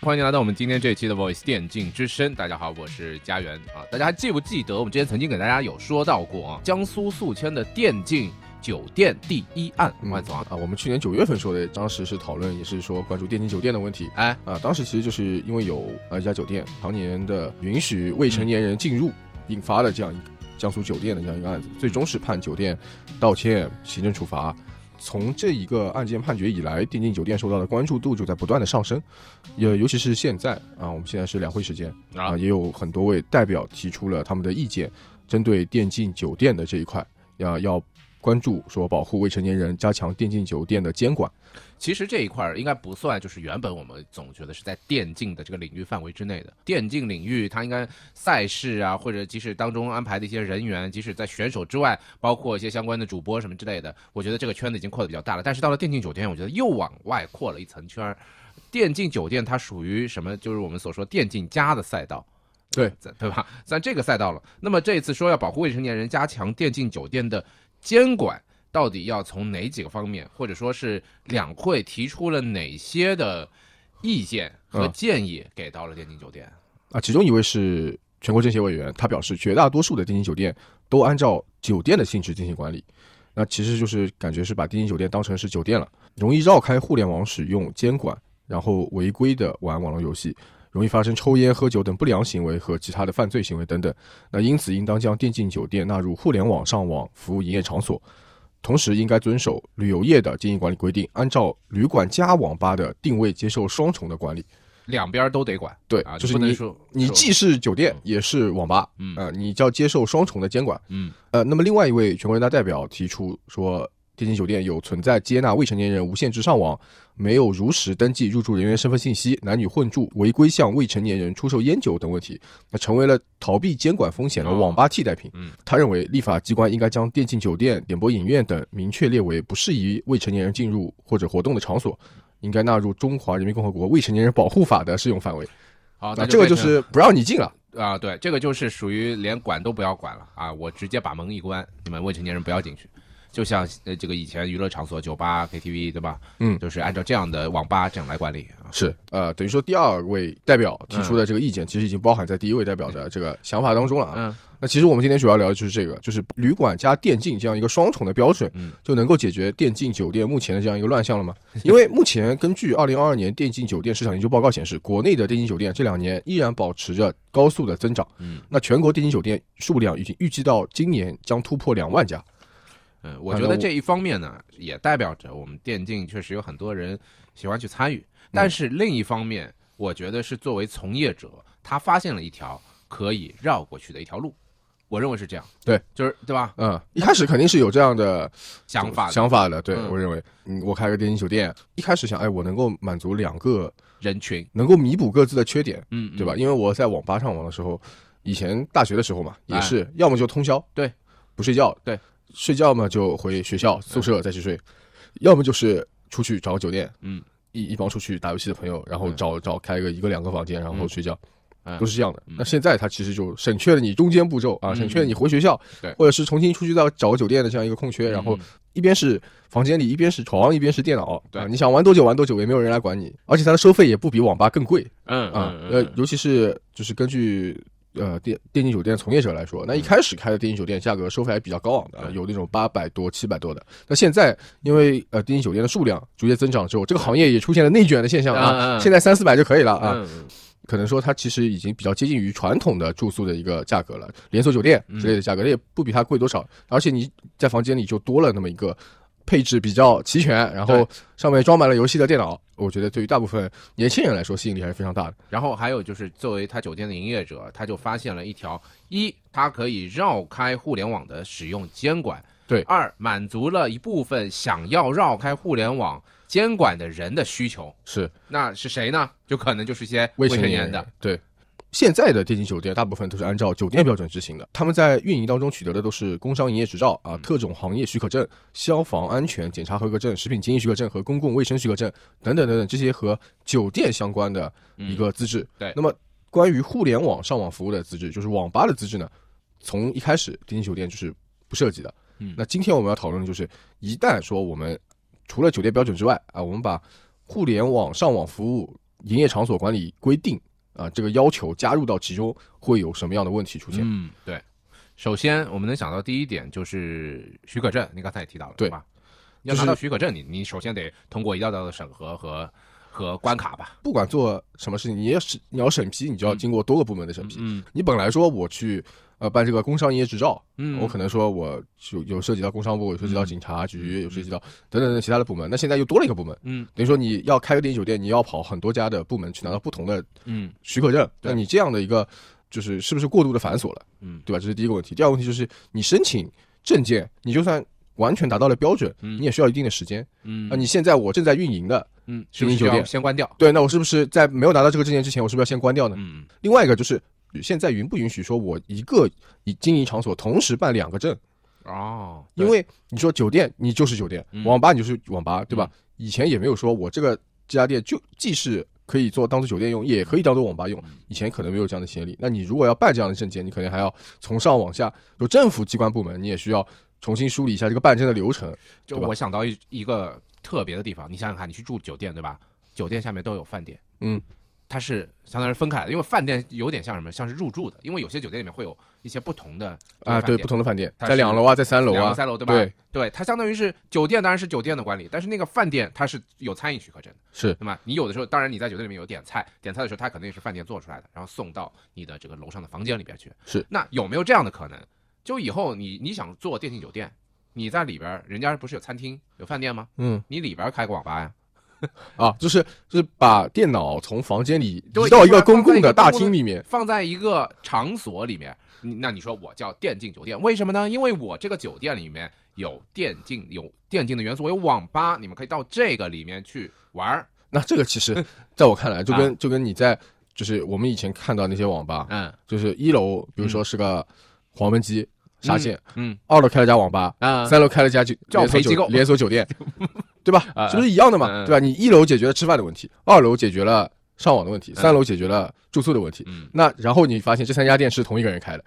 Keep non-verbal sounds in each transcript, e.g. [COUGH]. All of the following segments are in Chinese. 欢迎来到我们今天这一期的 Voice 电竞之声。大家好，我是佳媛啊。大家还记不记得我们之前曾经给大家有说到过啊，江苏宿迁的电竞酒店第一案，万总啊，啊，我们去年九月份说的，当时是讨论也是说关注电竞酒店的问题哎，啊。当时其实就是因为有呃一家酒店常年的允许未成年人进入，引发了这样一江苏酒店的这样一个案子，最终是判酒店道歉、行政处罚。从这一个案件判决以来，电竞酒店受到的关注度就在不断的上升，也尤其是现在啊，我们现在是两会时间啊啊，也有很多位代表提出了他们的意见，针对电竞酒店的这一块，要要关注说保护未成年人，加强电竞酒店的监管。其实这一块儿应该不算，就是原本我们总觉得是在电竞的这个领域范围之内的。电竞领域它应该赛事啊，或者即使当中安排的一些人员，即使在选手之外，包括一些相关的主播什么之类的，我觉得这个圈子已经扩得比较大了。但是到了电竞酒店，我觉得又往外扩了一层圈儿。电竞酒店它属于什么？就是我们所说电竞家的赛道。对在，对吧？算这个赛道了。那么这一次说要保护未成年人，加强电竞酒店的监管，到底要从哪几个方面，或者说是两会提出了哪些的意见和嗯建议给到了电竞酒店？啊，其中一位是全国政协委员，他表示，绝大多数的电竞酒店都按照酒店的性质进行管理。那其实就是感觉是把电竞酒店当成是酒店了，容易绕开互联网使用监管，然后违规的玩网络游戏，容易发生抽烟、喝酒等不良行为和其他的犯罪行为等等。那因此，应当将电竞酒店纳入互联网上网服务营业场所。同时，应该遵守旅游业的经营管理规定，按照旅馆加网吧的定位接受双重的管理。两边都得管对，啊，你就是不能你说你说既是酒店也是网吧，嗯呃，你就要接受双重的监管。嗯呃，那么另外一位全国人大代表提出说，电竞酒店有存在接纳未成年人无限制上网、没有如实登记入住人员身份信息、男女混住、违规向未成年人出售烟酒等问题，那成为了逃避监管风险的哦网吧替代品。嗯，他认为立法机关应该将电竞酒店、点播影院等明确列为不适宜未成年人进入或者活动的场所。应该纳入《中华人民共和国未成年人保护法》的适用范围。好，那那啊这个就变成是不让你进了。啊，对，这个就是属于连管都不要管了啊，我直接把门一关，你们未成年人不要进去。就像呃这个以前娱乐场所、酒吧、KTV 对吧？嗯就是按照这样的网吧这样来管理啊。是，呃，等于说第二位代表提出的这个意见，其实已经包含在第一位代表的这个想法当中了啊。嗯，那其实我们今天主要聊的就是这个，就是旅馆加电竞这样一个双重的标准，嗯就能够解决电竞酒店目前的这样一个乱象了吗？因为目前根据二零二二年电竞酒店市场研究报告显示，国内的电竞酒店这两年依然保持着高速的增长。嗯，那全国电竞酒店数量已经预计到今年将突破两万家。嗯，我反觉正得我这一方面呢，也代表着我们电竞确实有很多人喜欢去参与，但是另一方面，我觉得是作为从业者，他发现了一条可以绕过去的一条路，我认为是这样。对，就是对吧？嗯，一开始肯定是有这样的想法的想法的，对、嗯我认为，嗯，我开个电竞酒店，一开始想，哎，我能够满足两个，人群，能够弥补各自的缺点，嗯，嗯对吧？？因为我在网吧上网的时候，以前大学的时候嘛，也是、要么就通宵，哎对，不睡觉，对，睡觉嘛就回学校宿舍再去睡，要么就是出去找个酒店，嗯，一一帮出去打游戏的朋友，然后嗯找、找开个一个两个房间，然后嗯睡觉。嗯都是这样的。嗯那现在它其实就省去了你中间步骤啊，嗯省去了你回学校，对或者是重新出去到找个酒店的这样一个空缺，嗯然后一边是房间里，一边是床，一边是电脑，对啊你想玩多久玩多久，也没有人来管你，而且它的收费也不比网吧更贵嗯啊嗯，呃嗯，尤其是就是根据。呃，电电竞酒店从业者来说，那一开始开的电竞酒店价格收费还比较高昂的啊，对有那种八百多、七百多的。那现在因为呃电竞酒店的数量逐渐增长之后，这个行业也出现了内卷的现嗯象嗯啊，嗯现在三四百就可以了啊。嗯嗯可能说它其实已经比较接近于传统的住宿的一个价格了，连锁酒店嗯之类的价格，它也不比它贵多少。而且你在房间里就多了那么一个配置比较齐全，然后对上面装满了游戏的电脑，我觉得对于大部分年轻人来说吸引力还是非常大的。然后还有就是，作为他酒店的营业者，他就发现了一条：一，它可以绕开互联网的使用监管；对二，满足了一部分想要绕开互联网监管的人的需求。是那是谁呢？就可能就是一些未成年年的。对。现在的电竞酒店大部分都是按照酒店标准执行的，他们在运营当中取得的都是工商营业执照嗯啊、特种行业许可证、消防安全检查合格证、食品经营许可证和公共卫生许可证等等等等这些和酒店相关的一个资质。嗯对那么关于互联网上网服务的资质，就是网吧的资质呢，从一开始电竞酒店就是不涉及的。嗯那今天我们要讨论的就是，一旦说我们除了酒店标准之外啊，我们把互联网上网服务营业场所管理规定啊这个要求加入到其中，会有什么样的问题出现？嗯，对。首先，我们能想到第一点就是许可证，你刚才也提到了，对吧？要拿到许可证，你你首先得通过一道道的审核和和关卡吧。不管做什么事情，你也是你要审批，你就要经过多个部门的审批。嗯你本来说我去呃办这个工商营业执照，嗯，我可能说我有有涉及到工商部，有涉及到嗯警察局，有涉及到等等等其他的部门。那现在又多了一个部门，嗯等于说你要开个电影酒店，你要跑很多家的部门去拿到不同的嗯许可证。对那你这样的一个就是是不是过度的繁琐了，嗯对吧？这是第一个问题。第二个问题就是你申请证件，你就算完全达到了标准，嗯你也需要一定的时间。嗯啊，你现在我正在运营的，嗯，是是不不是是酒店要先关掉？对，那我是不是在没有拿到这个证件之前，我是不是要先关掉呢？嗯另外一个就是现在允不允许说我一个以经营场所同时办两个证？哦，因为你说酒店，你就是酒店；嗯网吧，你就是网吧，对吧？以前也没有说我这个这家店就既是可以做当做酒店用，也可以当做网吧用。嗯以前可能没有这样的先例。那你如果要办这样的证件，你可能还要从上往下，有政府机关部门，你也需要重新梳理一下这个办证的流程。就对吧我想到一一个特别的地方，你想想看，你去住酒店对吧？酒店下面都有饭店，嗯，它是相当于分开的，因为饭店有点像什么，像是入住的，因为有些酒店里面会有一些不同的啊，对，不不同的饭店，它在两是楼啊，在三楼两啊楼、，三楼对吧？对，对，它相当于是酒店，当然是酒店的管理，但是那个饭店它是有餐饮许可证的，是对吧？你有的时候，当然你在酒店里面有点菜，点菜的时候它肯定是饭店做出来的，然后送到你的这个楼上的房间里边去。是，那有没有这样的可能？就以后你你想做电信酒店，你在里边儿人家不是有餐厅有饭店吗？嗯你里边儿开个网吧呀？啊，就是就是把电脑从房间里移对到一一个般放在公共一个的大公共厅的里面，放在一个场所里面，你那你说我叫电竞酒店，为什么呢？因为我这个酒店里面有电竞，有电竞的元素，我有网吧，你们可以到这个里面去玩儿。那这个其 [LAUGHS] 实在我看来，就啊跟就跟你在就是我们以前看到那些网吧，嗯就是一楼，比如说是个黄焖鸡沙县，嗯二楼开了家网吧，啊，三楼开了家酒教连锁培机酒构连锁 [LAUGHS] 酒店，对吧啊？是不是一样的嘛？嗯对吧？你一楼解决了吃饭的问题，二楼解决了上网的问题，三楼解决了住宿的问题。嗯那然后你发现这三家店是同一个人开的，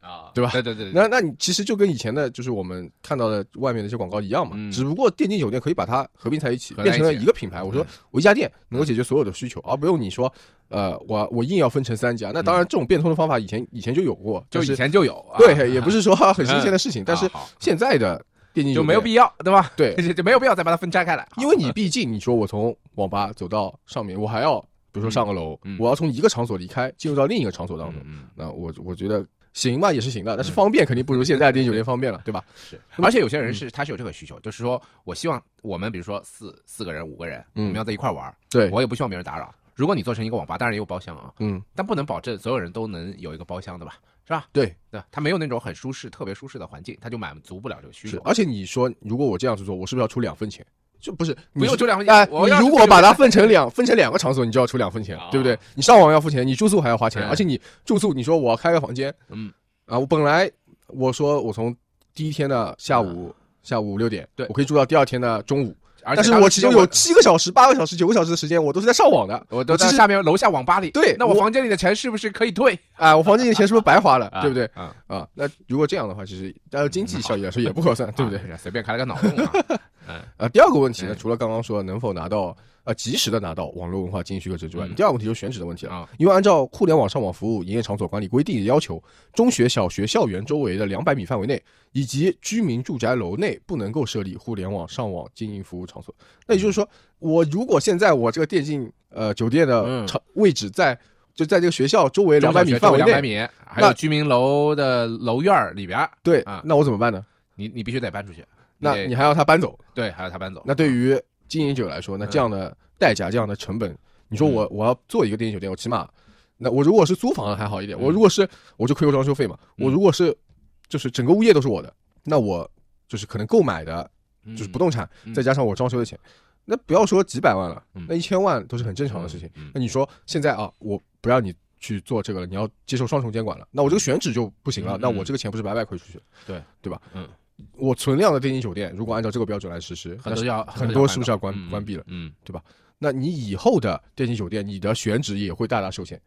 啊，对吧对对对，对那那你其实就跟以前的，就是我们看到的外面的一些广告一样嘛，嗯只不过电竞酒店可以把它合并在一起，合在变一起成了一个品牌。我说嗯我一家店能够解决所有的需求，而不用你说，呃，我我硬要分成三家。那当然，这种变通的方法以前以前就有过，嗯就就是以前就有，啊对，也不是说很新鲜的事情，啊但是好现在的电竞就没有必必要，对吧？对 [LAUGHS] 就就没有必要再把它分拆开来，嗯因为你毕竟你说我从网吧走到上面，我还要比如说上个楼，嗯嗯我要从一个场所离开，进入到另一个场所当中，嗯。嗯嗯那我我觉得。行吧，也是行的，但是方便肯定不如现在的电竞酒店方便了，对吧？是，而且有些人是他是有这个需求，就是说我希望我们比如说四四个人五个人，我嗯们要在一块儿玩儿，对，我也不希望别人打扰。如果你做成一个网吧，当然也有包厢啊，嗯，但不能保证所有人都能有一个包厢的吧？是吧？对，对吧，他没有那种很舒适、特别舒适的环境，他就满足不了这个需是求。。而且你说，如果我这样子做，我是不是要出两分钱？就不是，你不用是出两分钱哎，我你要如是果这个把它分成两分成两个场所，你就要出两分钱，啊对不对？你上网要付钱，你住宿还要花钱，嗯而且你住宿，你说我要开个房间嗯，啊，我本来我说我从第一天的下午。下午五六点，嗯对我可以住到第二天的中午，而且但是当我时其中有七个小时、八个小时、九个小时的时间，我都是在上网的。我都其在实下面楼下网吧里。对那我我房间里的钱是不是可以退？啊，我房间里的钱是不是白花了，啊对不对？？啊，啊，那如果这样的话，其实按照经济效益来说也不合算，对不对？啊？随便开了个脑洞 [LAUGHS] 啊。呃，第二个问题呢，嗯除了刚刚说能否拿到呃及时的拿到网络文化经营许可证之外，嗯第二个问题就是选址的问题了。啊因为按照互联网上网服务营业场所管理规定的要求，中学、小学校园周围的两百米范围内，以及居民住宅楼内，不能够设立互联网上网经营服务场所。那也嗯就是说，我如果现在我这个电竞呃酒店的嗯场位置在就在这个学校周围两百米范围两百内，米，还有居民楼的楼院儿里边儿，对啊，哎那我怎么办呢？你你必须得搬出去。那得你还要他搬走？对，还要他搬走。那对于经营者来说，那嗯这样的代价、这样的成本，你说我我要做一个电影酒店，我起码，那我如果是租房还好一点，嗯我如果是我就亏个装修费嘛，嗯我如果是就是整个物业都是我的，那我就是可能购买的嗯就是不动产，嗯再加上我装修的钱，那不要说几百万了嗯，那一千万都是很正常的事情。。嗯那你说现在啊，我不让你。去做这个了，你要接受双重监管了。那我这个选址就不行了，嗯那我这个钱不是白白亏出去了？对对吧？嗯，我存量的电影酒店，如果按照这个标准来实施，很那多要很多是不是要关搬走嗯关闭了嗯，那你以后的电竞酒店，你的选址也会大大 [LAUGHS] 受限。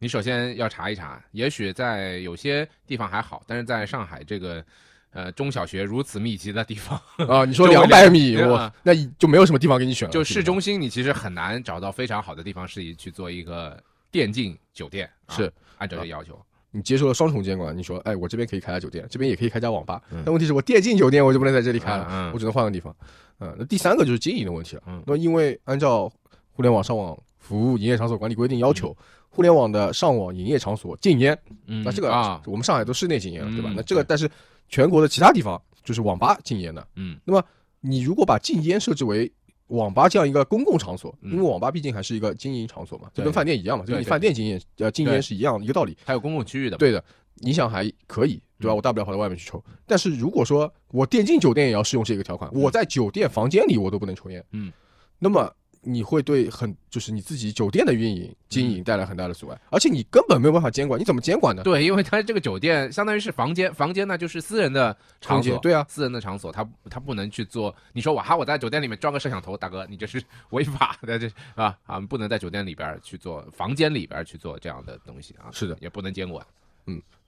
你首先要查一查，也许在有些地方还好，但是在上海这个呃中小学如此密集的地 [LAUGHS] 方，啊，你说周围两百米，对啊我那就没有什么地方给你选了，就基市本上中心你其实很难找到非常好的地方适宜去做一个电竞酒店，啊是啊按照这个要求。你接受了双重监管，你说，哎，我这边可以开家酒店，这边也可以开家网吧，但问题是我电竞酒店我就不能在这里开了，嗯嗯嗯我只能换个地方。嗯，那第三个就是经营的问题了。嗯那因为按照互联网上网服务营业场所管理规定要求，互联网的上网营业场所禁烟，嗯，那这个、啊，我们上海都室内禁烟了，对吧？嗯那这个但是全国的其他地方就是网吧禁烟的。嗯，那么你如果把禁烟设置为网吧这样一个公共场所，嗯因为网吧毕竟还是一个经营场所嘛，就对跟饭店一样嘛，就对跟你对饭店禁烟呃禁对烟是一样一个道理。还有公共区域的嘛，对的，影响还可以，对吧？嗯我大不了跑到外面去抽。但是如果说我电竞酒店也要适用这个条款，我在酒店房间里我都不能抽烟，嗯，那么你会对很就是你自己酒店的运营经营带来很大的阻碍，而且你根本没有办法监管，你怎么监管呢？嗯对，因为它这个酒店相当于是房间，房间呢就是私人的场空间所，对啊私人的场所，它它不能去做。你说我哈，我在酒店里面装个摄像头，大哥，你这是 [LAUGHS] 违法的，这啊啊，不能在酒店里边儿去做，房间里边儿去做这样的东西啊，是的，也不能监管。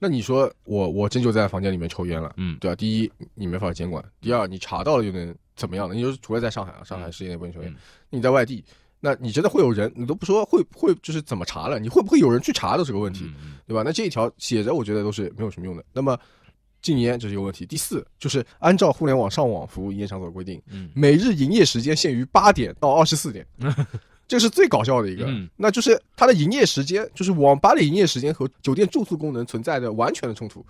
那你说我我真就在房间里面抽烟了，嗯对吧、第一，你没法监管；第二，你查到了又能怎么样呢？你就是除了在上海啊，上海市内不能抽烟，嗯你在外地，那你真的会有人，你都不说会会就是怎么查了，你会不会有人去查都是个问题，嗯对吧？那这一条写着，我觉得都是没有什么用的。那么禁烟这是一个问题。第四，就是按照互联网上网服务营业场所规定， [LAUGHS] 嗯每日营业时间限于八点到二十 [LAUGHS] 四点。这是最搞笑的一个嗯，那就是它的营业时间，就是网吧的营业时间和酒店住宿功能存在着完全的 [LAUGHS] 冲突，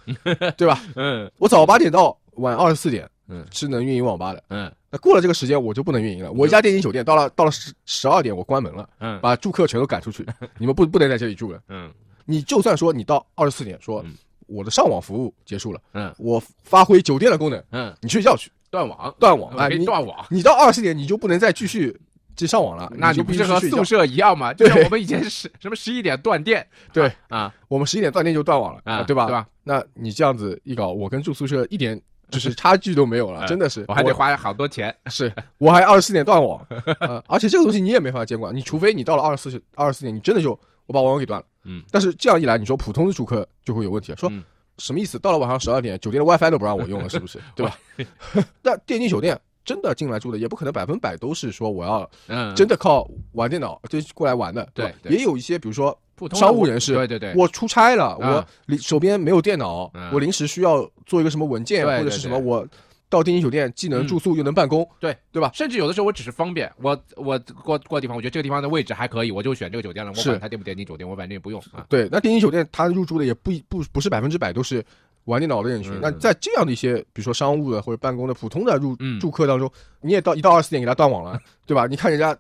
对吧？嗯我早八点到晚二十四点，嗯是能运营网吧的。嗯那过了这个时间，我就不能运营了。我一家电竞酒店到了到了十十二点，我关门了，嗯把住客全都 [LAUGHS] 赶出去，你们不不能在这里住了。嗯你就算说你到二十四点说嗯我的上网服务结束了，嗯我发挥酒店的功能，嗯，你睡觉去，断网，断网我哎，可以你断网。 [LAUGHS] 你到二十点你就不能再继续这上网了，那你就不必是须和去睡觉宿。舍一样 [LAUGHS] 吗？就对像我们以前十什么十一点断电对啊我们十一点断电就断网了，啊，对吧？对吧？那你这样子一搞，我跟住宿舍一点就是差距都没有了， [LAUGHS] 哎真的是，我还得花好多钱。是，我还二十四点 [LAUGHS] 断网，呃，而且这个东西你也没法监管，你除非你到了二十四二十四点，你真的就我把网友给断了。嗯，但是这样一来，你说普通的住客就会有问题了，说嗯什么意思？到了晚上十二点，酒店的 WiFi 都不让我用了，是不是？ [LAUGHS] 对吧？ [LAUGHS] 那电竞酒店真的进来住的，也不可能百分百都是说我要嗯，真的靠玩电脑就是过来玩的，对吧对也有一些，比如说普通的商务人士，对对对，我出差了，嗯我临手边没有电脑嗯，我临时需要做一个什么文件对或者对是什对么，我到电竞酒店既能嗯住宿又能办公，对对吧？甚至有的时候我只是方便，我我过过地方，我觉得这个地方的位置还可以，我就选这个酒店了。我是管它电不电竞酒店，我反正也不用啊。对，那电竞酒店它入住的也不不不是百分之百都是玩电脑的人群嗯。那在这样的一些，比如说商务的或者办公的普通的入嗯住客当中，你也到一到二十点给他断网了， [LAUGHS] 对吧？你看人家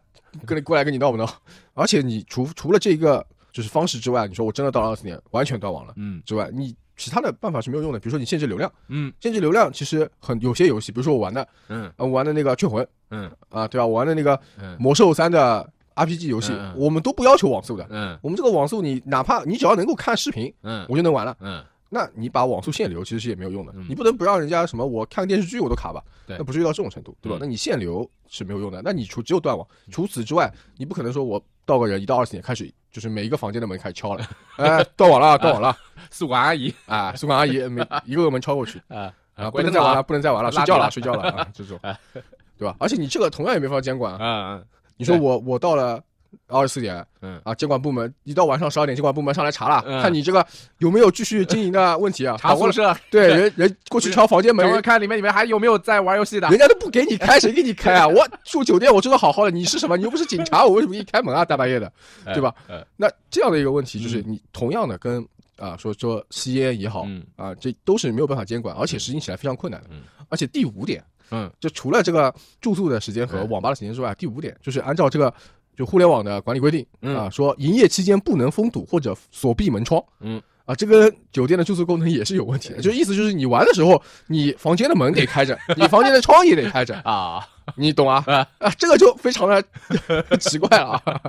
跟你过来跟你闹不闹？而且你除除了这个就是方式之外，你说我真的到了二十点完全断网了嗯之外，你其他的办法是没有用的。比如说你限制流量，嗯限制流量其实很有些游戏，比如说我玩的嗯呃我玩的那个《雀魂》嗯啊，对吧？我玩的那个《嗯魔兽三》的 RPG 游戏嗯嗯，我们都不要求网速的。嗯我们这个网速，你哪怕你只要能够看视频，嗯我就能玩了。嗯，那你把网速限流其实是也没有用的，嗯你不能不让人家什么我看个电视剧我都卡吧，对那不至于到这种程度，对吧嗯？那你限流是没有用的，那你除只有断网，除此之外，你不可能说我到个人一到二十点开始就是每一个房间的门开始 [LAUGHS] 敲了，哎，断网了，断网了，宿管阿姨啊， [LAUGHS] 宿管阿姨每一个个门敲过去，啊啊，不关能灯再玩了，啊不能再玩了，拉睡觉倒了，了睡觉了， [LAUGHS] 啊，这种，对吧？而且你这个同样也没法监管啊。啊你说对我我到了二十四点，嗯，啊，监管部门一到晚上十二点，监管部门上来查了，嗯看你这个有没有继续经营的问题啊？查过宿了，舍，对，人人过去敲房间门，等会人看里面里面还有没有在玩游戏的。人家都不给你开，谁给你 [LAUGHS] 开啊？我住酒店，我住的好好的，你是什么？你又不是警察，我为什么给你开门啊？大半夜的，对吧？嗯那这样的一个问题就是，你同样的跟啊说说吸烟也好嗯啊，这都是没有办法监管，而且实行起来非常困难的嗯。而且第五点，嗯就除了这个住宿的时间和嗯网吧的时间之外，第五点就是按照这个就互联网的管理规定嗯啊，说营业期间不能封堵或者锁闭门窗。嗯。啊，这跟酒店的住宿功能也是有问题的，就意思就是你玩的时候，你房间的门 [LAUGHS] 得开着，你房间的窗也得开着，啊，你懂啊？啊啊，这个就非常的 [LAUGHS] 奇怪了啊。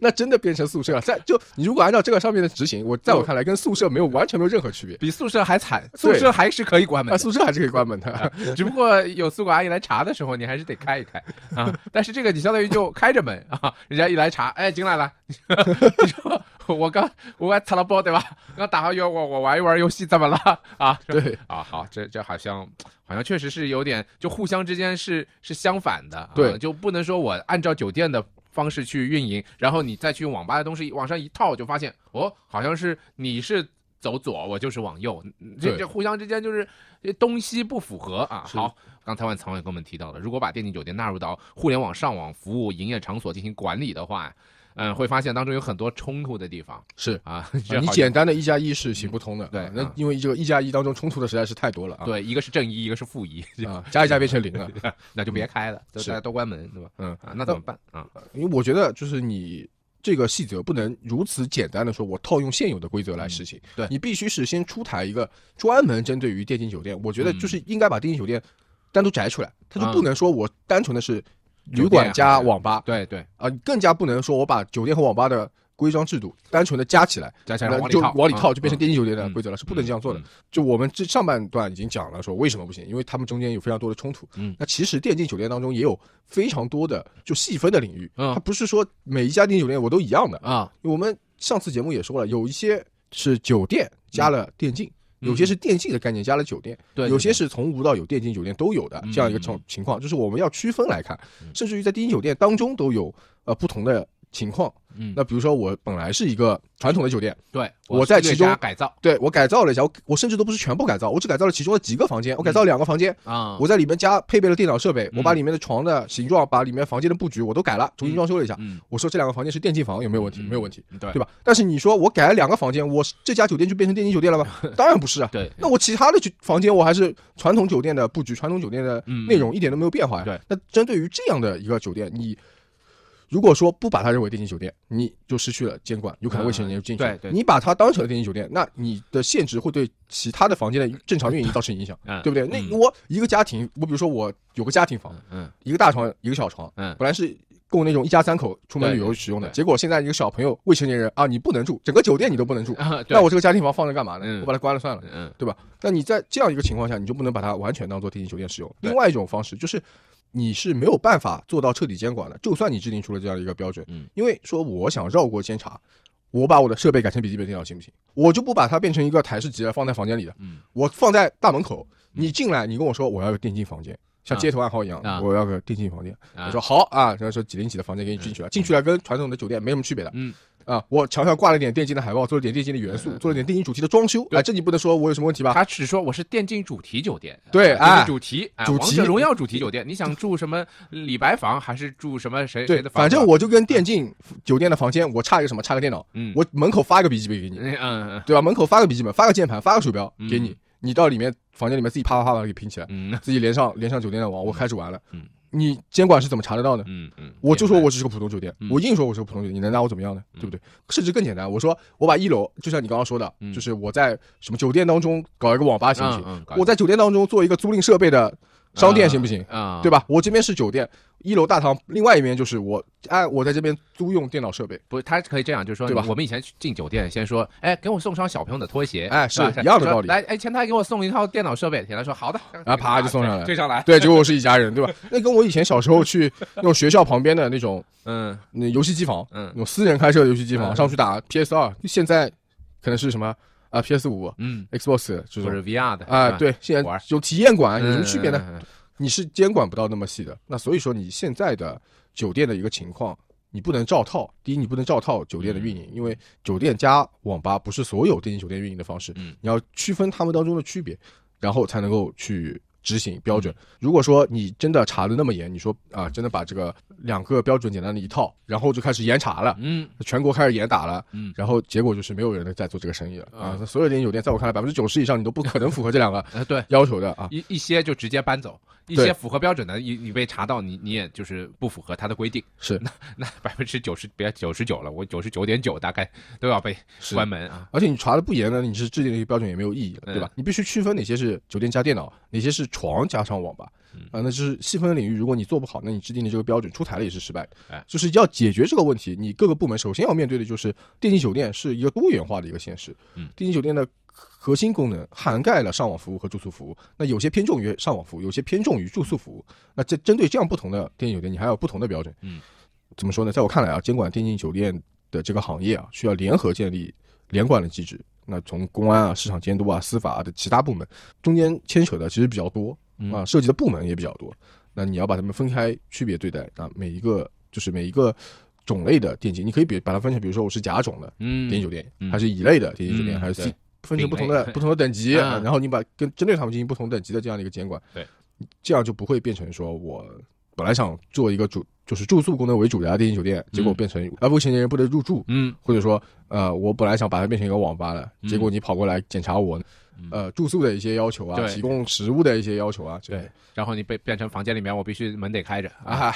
那真的变成宿舍了，在就你如果按照这个上面的执行，我在我看来跟宿舍没有完全没有任何区别。比宿舍还惨，宿舍还是可以关门啊，的，宿舍还是可以关门 [LAUGHS] 的， [LAUGHS] 只不过有宿管阿姨来查的时候，你还是得开一开 [LAUGHS] 啊。但是这个你相当于就开着门啊，人家一来查，哎，进来了，你说 [LAUGHS] 我刚我还擦了包对吧？刚打上药，我我玩一玩游戏怎么了啊？对啊，好，这这好像好像确实是有点就互相之间是是相反的、啊，对就不能说我按照酒店的。方式去运营，然后你再去用网吧的东西往上一套，就发现哦，好像是你是走左，我就是往右，嗯这对这互相之间就是这东西不符合啊。是好，刚才万藏也跟我们提到了，如果把电竞酒店纳入到互联网上网服务营业场所进行管理的话，嗯，会发现当中有很多冲突的地方是。啊。 [LAUGHS] 这你好简单的一加一是行不通的，对啊那啊因为这个一加一当中冲突的实在是太多了啊，对，一个是正一，一个是负一，啊，加一加变成零了， [LAUGHS] 那就别开了，就是大家都关门，对吧？嗯啊，那怎么办啊？因为我觉得就是你这个细则不能如此简单的说，我套用现有的规则来实行。对你必须是先出台一个专门针对于电竞酒店，我觉得就是应该把电竞酒店单独摘出来，它就不能说我单纯的是旅馆加网吧对对，啊，你更加不能说我把酒店和网吧的规章制度单纯的加起来，加起来然往后里就套，往里套，嗯就变成电竞酒店的嗯规则了，是不能这样做的嗯。就我们这上半段已经讲了，说为什么不行，因为他们中间有非常多的冲突。嗯那其实电竞酒店当中也有非常多的就细分的领域，嗯它不是说每一家电竞酒店我都一样的。啊，我们上次节目也说了，有一些是酒店加了电竞。嗯有些是电竞的概念加了酒店，对，有些对是从无到有，电竞酒店都有的嗯这样一个情情况，就是我们要区分来看嗯，甚至于在电竞酒店当中都有呃不同的情况。嗯，那比如说我本来是一个传统的酒店，对，我在是其略加中改造对我改造了一下，我我甚至都不是全部改造，我只改造了其中的几个房间，我改造了两个房间，啊，我在里面加配备了电脑设备，嗯我把里面的床的形状，把里面房间的布局我都改了，重新装修了一下。嗯，我说这两个房间是电竞房，有没有问题？没有问题，嗯，对对吧？但是你说我改了两个房间，我这家酒店就变成电竞酒 [LAUGHS] 店了吗？当然不是啊。对，那我其他的房间我还是传统酒店的布局，传统酒店的嗯内容一点都没有变化呀。对，那针对于这样的一个酒店，你如果说不把它认为电竞酒店，你就失去了监管，有可能未成年人进嗯去。对对你把它当成了电竞酒店，那你的限制会对其他的房间的正常运营造成影响，嗯对不对？嗯那我一个家庭，我比如说我有个家庭房，嗯一个大床，一个小床，嗯本来是。供那种一家三口出门对旅游使用的，对结果现在一个小朋友未成年人啊，你不能住，整个酒店你都不能住，啊，对那我这个啊家庭房放着干嘛呢嗯？我把它关了算了。嗯对吧？那你在这样一个情况下，你就不能把它完全当做电竞酒店使用。对另外一种方式就是，你是没有办法做到彻底监管的。就算你制定出了这样一个标准，嗯，因为说我想绕过监察，我把我的设备改成笔记本电脑行不行？我就不把它变成一个台式机了放在房间里的，嗯，我放在大门口。嗯你进来，你跟我说我要个电竞房间，像啊街头暗号一样，啊我要个电竞房间。啊我说好啊，然后说几零几的房间给你进去了，进去了跟传统的酒店没什么区别的。嗯啊，我墙上挂了点电竞的海报，做了点电竞的元素，做了点电竞主题的装修。啊，这你不能说我有什么问题吧？他只说我是电竞主题酒店，对啊电哎竞主题，啊主王题者荣耀主题酒店，你想住什么李白房还是住什么谁谁对的，房反子？正我就跟电竞酒店的房间，我差一个什么，差个电脑，嗯我门口发个笔记本给你，嗯嗯对吧？门口发个笔记本，发个键盘，发个鼠标给你嗯，你到里面房间里面自己啪啪啪把它给拼起来，嗯自己连上连上酒店的网，我开始玩了嗯。你监管是怎么查得到的？嗯嗯，我就说明白我只是个普通酒店嗯，我硬说我是个普通酒店，你能拿我怎么样呢？对不对？甚至更简单，我说我把一楼，就像你刚刚说的嗯，就是我在什么酒店当中搞一个网吧行不行？嗯嗯搞我在酒店当中做一个租赁设备的商店行不行？啊，对吧？吧？我这边是酒店，一楼大堂，另外一边就是我按我在这边租用电脑设备，不，他可以这样，就是说，对吧我们以前去进酒店，先说，哎，给我送双小朋友的拖鞋，哎吧是一样的说道理来，哎，前台给我送一套电脑设备，前台说好的，然后啪就送上来了。追上来，对，结果我是一家人，对吧？那跟我以前小时候去那种学校旁边的那种嗯那游戏机房，嗯那种私人开设的游戏机嗯房，上去打 PS 二，现在可能是什么啊 PS 五、嗯， Xbox 这或者种 VR 的啊是，吧对，现玩在有体验馆，有什嗯么区别呢？嗯嗯嗯你是监管不到那么细的。那所以说，你现在的酒店的一个情况，你不能照套。第一，你不能照套酒嗯店的运营，因为酒店加网吧不是所有电竞酒店运营的方式，嗯你要区分他们当中的区别，然后才能够去。执行标嗯准，如果说你真的查的那么严，你说啊，真的把这个两个标准简单的一套，然后就开始严查了，嗯全国开始严打了，嗯然后结果就是没有人在做这个生意了啊啊。那所有电竞酒店在我看来，百分之九十以上你都不可能符合这两个呃对，要求的啊。一一些就直接搬走，一对些符合标准的，你你被查到，你你也就是不符合他的规定， [LAUGHS] 是那百分之九十别九十九了，我九十九点九大概都要被是关门啊。而且你查的不严呢，你是制定了一个标准也没有意义了，嗯对吧？你必须区分哪些是酒店加电脑，哪些是床加上网吧，嗯啊，那就是细分领域。如果你做不好，那你制定的这个标准出台了也是失败的。哎就是要解决这个问题，你各个部门首先要面对的就是电竞酒店是一个多元化的一个现实。嗯电竞酒店的核心功能涵盖了上网服务和住宿服务，那有些偏重于上网服务，有些偏重于住宿服务。那这针对这样不同的电竞酒店，你还有不同的标准。嗯，怎么说呢？在我看来啊，监管电竞酒店的这个行业啊，需要联合建立联管的机制。那从公安啊、市场监督啊、司法啊的其他部门中间牵扯的其实比较多嗯啊，涉及的部门也比较多。那你要把它们分开区别对待，那每一个就是每一个种类的电竞，你可以比把它分成，比如说我是甲种的嗯电竞酒店嗯，还是乙类的电竞酒嗯店，还是对 C 分成不同丙类的不同的等级，啊然后你把跟针对他们进行不同等级的这样的一个监管，对，这样就不会变成说我本来想做一个主就是住宿功能为主的电竞酒店，结果嗯变成啊未成年人不得入住，嗯或者说，呃，我本来想把它变成一个网吧的，嗯结果你跑过来检查我，呃，住宿的一些要求啊，对提供食物的一些要求啊，之类的对，然后你被变成房间里面，我必须门得开着啊，啊。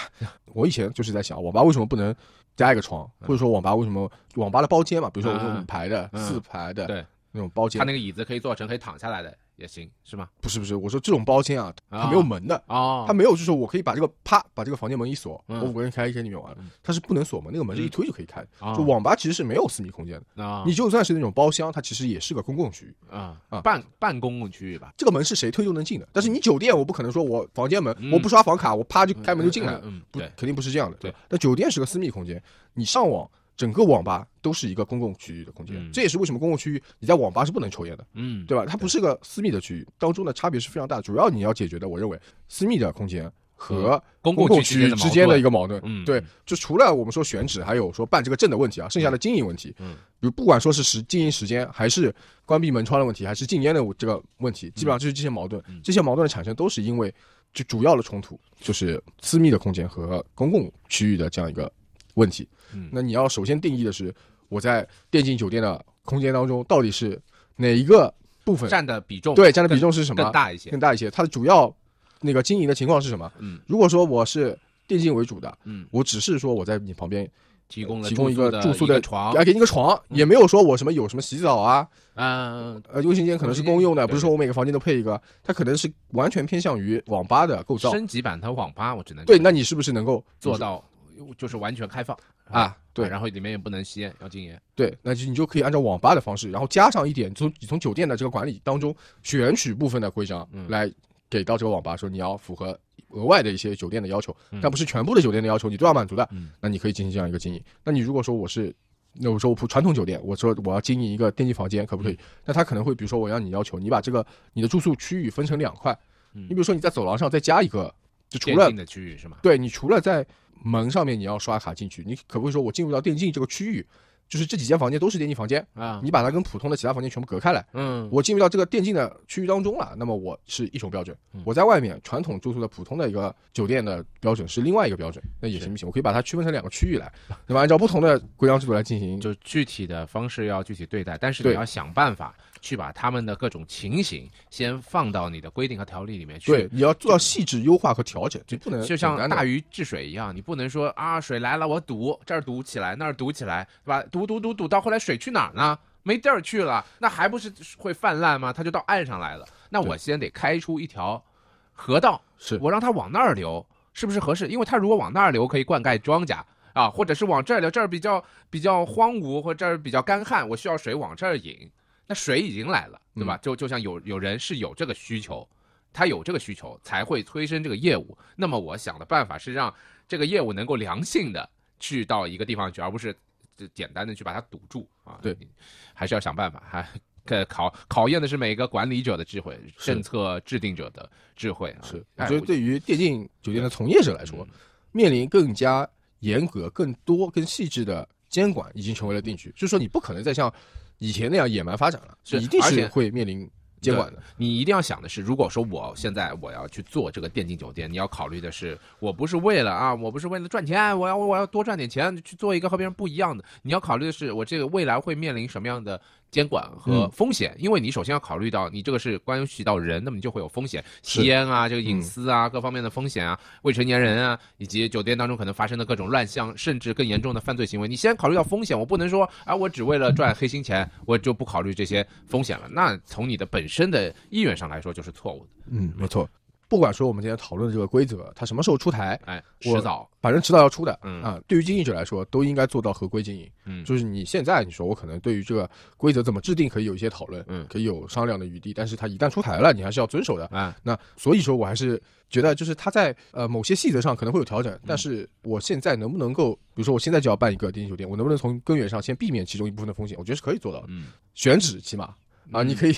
我以前就是在想，网吧为什么不能加一个床，或者说网吧为什么网吧的包间嘛，比如说我嗯啊们五排的、嗯四排的对，那种包间他，那个椅子可以做成可以躺下来的也行，是吗？不是不是，我说这种包间啊，它啊没有门的。哦，它没有，就是我可以把这个啪，把这个房间门一锁，嗯我五个人开一间里面玩，它是不能锁门，那个门是一推就可以开的。哦就网吧其实是没有私密空间的，啊你就算是那种包厢，它其实也是个公共区域。啊啊半半公共区域吧，这个门是谁推就能进的。但是你酒店，我不可能说我房间门、嗯我不刷房卡，我啪就开门就进来了，嗯，嗯不对，肯定不是这样的。对吧，但酒店是个私密空间，你上网，整个网吧都是一个公共区域的空间，嗯这也是为什么公共区域你在网吧是不能抽烟的，嗯对吧？它不是个私密的区域，当中的差别是非常大的。主要你要解决的，我认为私密的空间和公公共共区区域之间的一个个矛盾。嗯对，就除了我们说选址，还有说办这个证的问题啊，剩下的经营问题，嗯，比如不管说是时经营时间，还是关闭门窗的问题，还是禁烟的这个问题，基本上就是这些矛盾。嗯这些矛盾的产生都是因为就主要的冲突就是私密的空间和公共区域的这样一个问题。嗯那你要首先定义的是我在电竞酒店的空间当中到底是哪一个部分占的比重对占的比更重是什么更大一些更，大一些，它的主要那个经营的情况是什么？嗯，如果说我是电竞为主的，嗯，我只是说我在你旁边提供了提供一个个住宿的一的个床，啊，给你个床，也没有说我什么有什么洗澡啊，嗯呃，卫生间可能是公用的，卫生间不是说我每个房间都配一个，它可能是完全偏向于网吧的构造。升级版的网吧，我只能对，那你是不是能够做到就是完全开放啊？对然后里面也不能吸烟，要禁烟，对，那就你就可以按照网吧的方式，然后加上一点从你从酒店的这个管理当中选取部分的规章嗯来给到这个网吧，说你要符合额外的一些酒店的要求嗯，但不是全部的酒店的要求你都要满足的嗯，那你可以进行这样一个经营。那你如果说我是。那我说我普传统酒店，我说我要经营一个电竞房间，可不可嗯以？那他可能会，比如说我让你要求你把这个你的住宿区域分成两块，嗯你比如说你在走廊上再加一个，就除电了竞的区域是吗？对你除了在门上面你要刷卡进去，你可不可以说我进入到电竞这个区域，就是这几间房间都是电竞房间，啊，你把它跟普通的其他房间全部隔开来，嗯，我进入到这个电竞的区域当中了，那么我是一种标准嗯，我在外面传统住宿的普通的一个酒店的标准是另外一个标准，那也行不行？我可以把它区分成两个区域来，那么按照不同的规章制度来进行。就具体的方式要具体对待，但是你对要想办法去把他们的各种情形先放到你的规定和条例里面去。对，你要做到细致优化和调整，就不能就像大于禹治水一样，你不能说啊，水来了我堵，这儿堵起来，那儿堵起来，对吧？堵堵堵堵到后来水去哪儿呢？没地儿去了，那还不是会泛滥吗？它就到岸上来了。那我先得开出一条河道，是我让它往那儿流，是不是合适？因为它如果往那儿流，可以灌溉庄稼啊，或者是往这儿流，这儿比较比较荒芜，或者这儿比较干旱，我需要水往这儿引。那水已经来了，嗯对吧？就就像有有人是有这个需求，他有这个需求才会催生这个业务。那么我想的办法是让这个业务能够良性的去到一个地方去，而不是呃简单的去把它堵住啊。对，还是要想办法，还呃考考验的是每个管理者的智慧，是政策制定者的智慧啊。是，我哎觉得对于电竞酒店的从业者来说嗯，面临更加严格、更多、更细致的监管，已经成为了定局。就是说，你不可能再像以前那样野蛮发展了，是一定而且是会面临监管的。你一定要想的是，如果说我现在我要去做这个电竞酒店，你要考虑的是，我不是为了啊，我不是为了赚钱，我要我要多赚点钱去做一个和别人不一样的。你要考虑的是，我这个未来会面临什么样的监管和嗯风险？因为你首先要考虑到，你这个是关系到人，那么你就会有风险，是吸烟啊，这个隐嗯私啊，各方面的风险啊，未成年人啊，以及酒店当中可能发生的各种乱象，甚至更严重的犯罪行为，你先考虑到风险，我不能说啊，我只为了赚黑心钱，我就不考虑这些风险了。那从你的本身的意愿上来说，就是错误的。嗯，没错。不管说我们今天讨论的这个规则，它什么时候出台，哎，我迟早，反正迟早要出的。嗯啊，对于经营者来说，都应该做到合规经营。嗯，就是你现在你说我可能对于这个规则怎么制定可以有一些讨论，嗯可以有商量的余地，但是它一旦出台了，你还是要遵守的。啊，那所以说我还是觉得，就是它在呃某些细则上可能会有调整，嗯但是我现在能不能够，比如说我现在就要办一个电竞酒店，我能不能从根源上先避免其中一部分的风险？我觉得是可以做到的。嗯，选址起码啊，你可以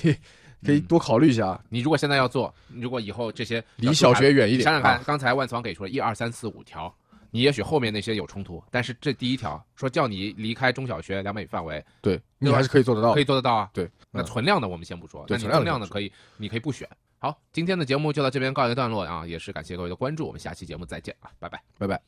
可以多考虑一下，你如果现在要做，你如果以后这些离小学远一你点。想想看啊，，刚才万强给出了一二三四五条，你也许后面那些有冲突，但是这第一条说叫你离开中小学两百米范围，对你对吧还是可以做得到可以。做得到啊。对，那嗯存量的我们先不说，对那你存量增的量的先不可以，你可以不选。好，今天的节目就到这边告一个段落啊，也是感谢各位的关注，我们下期节目再见啊，拜拜。拜拜。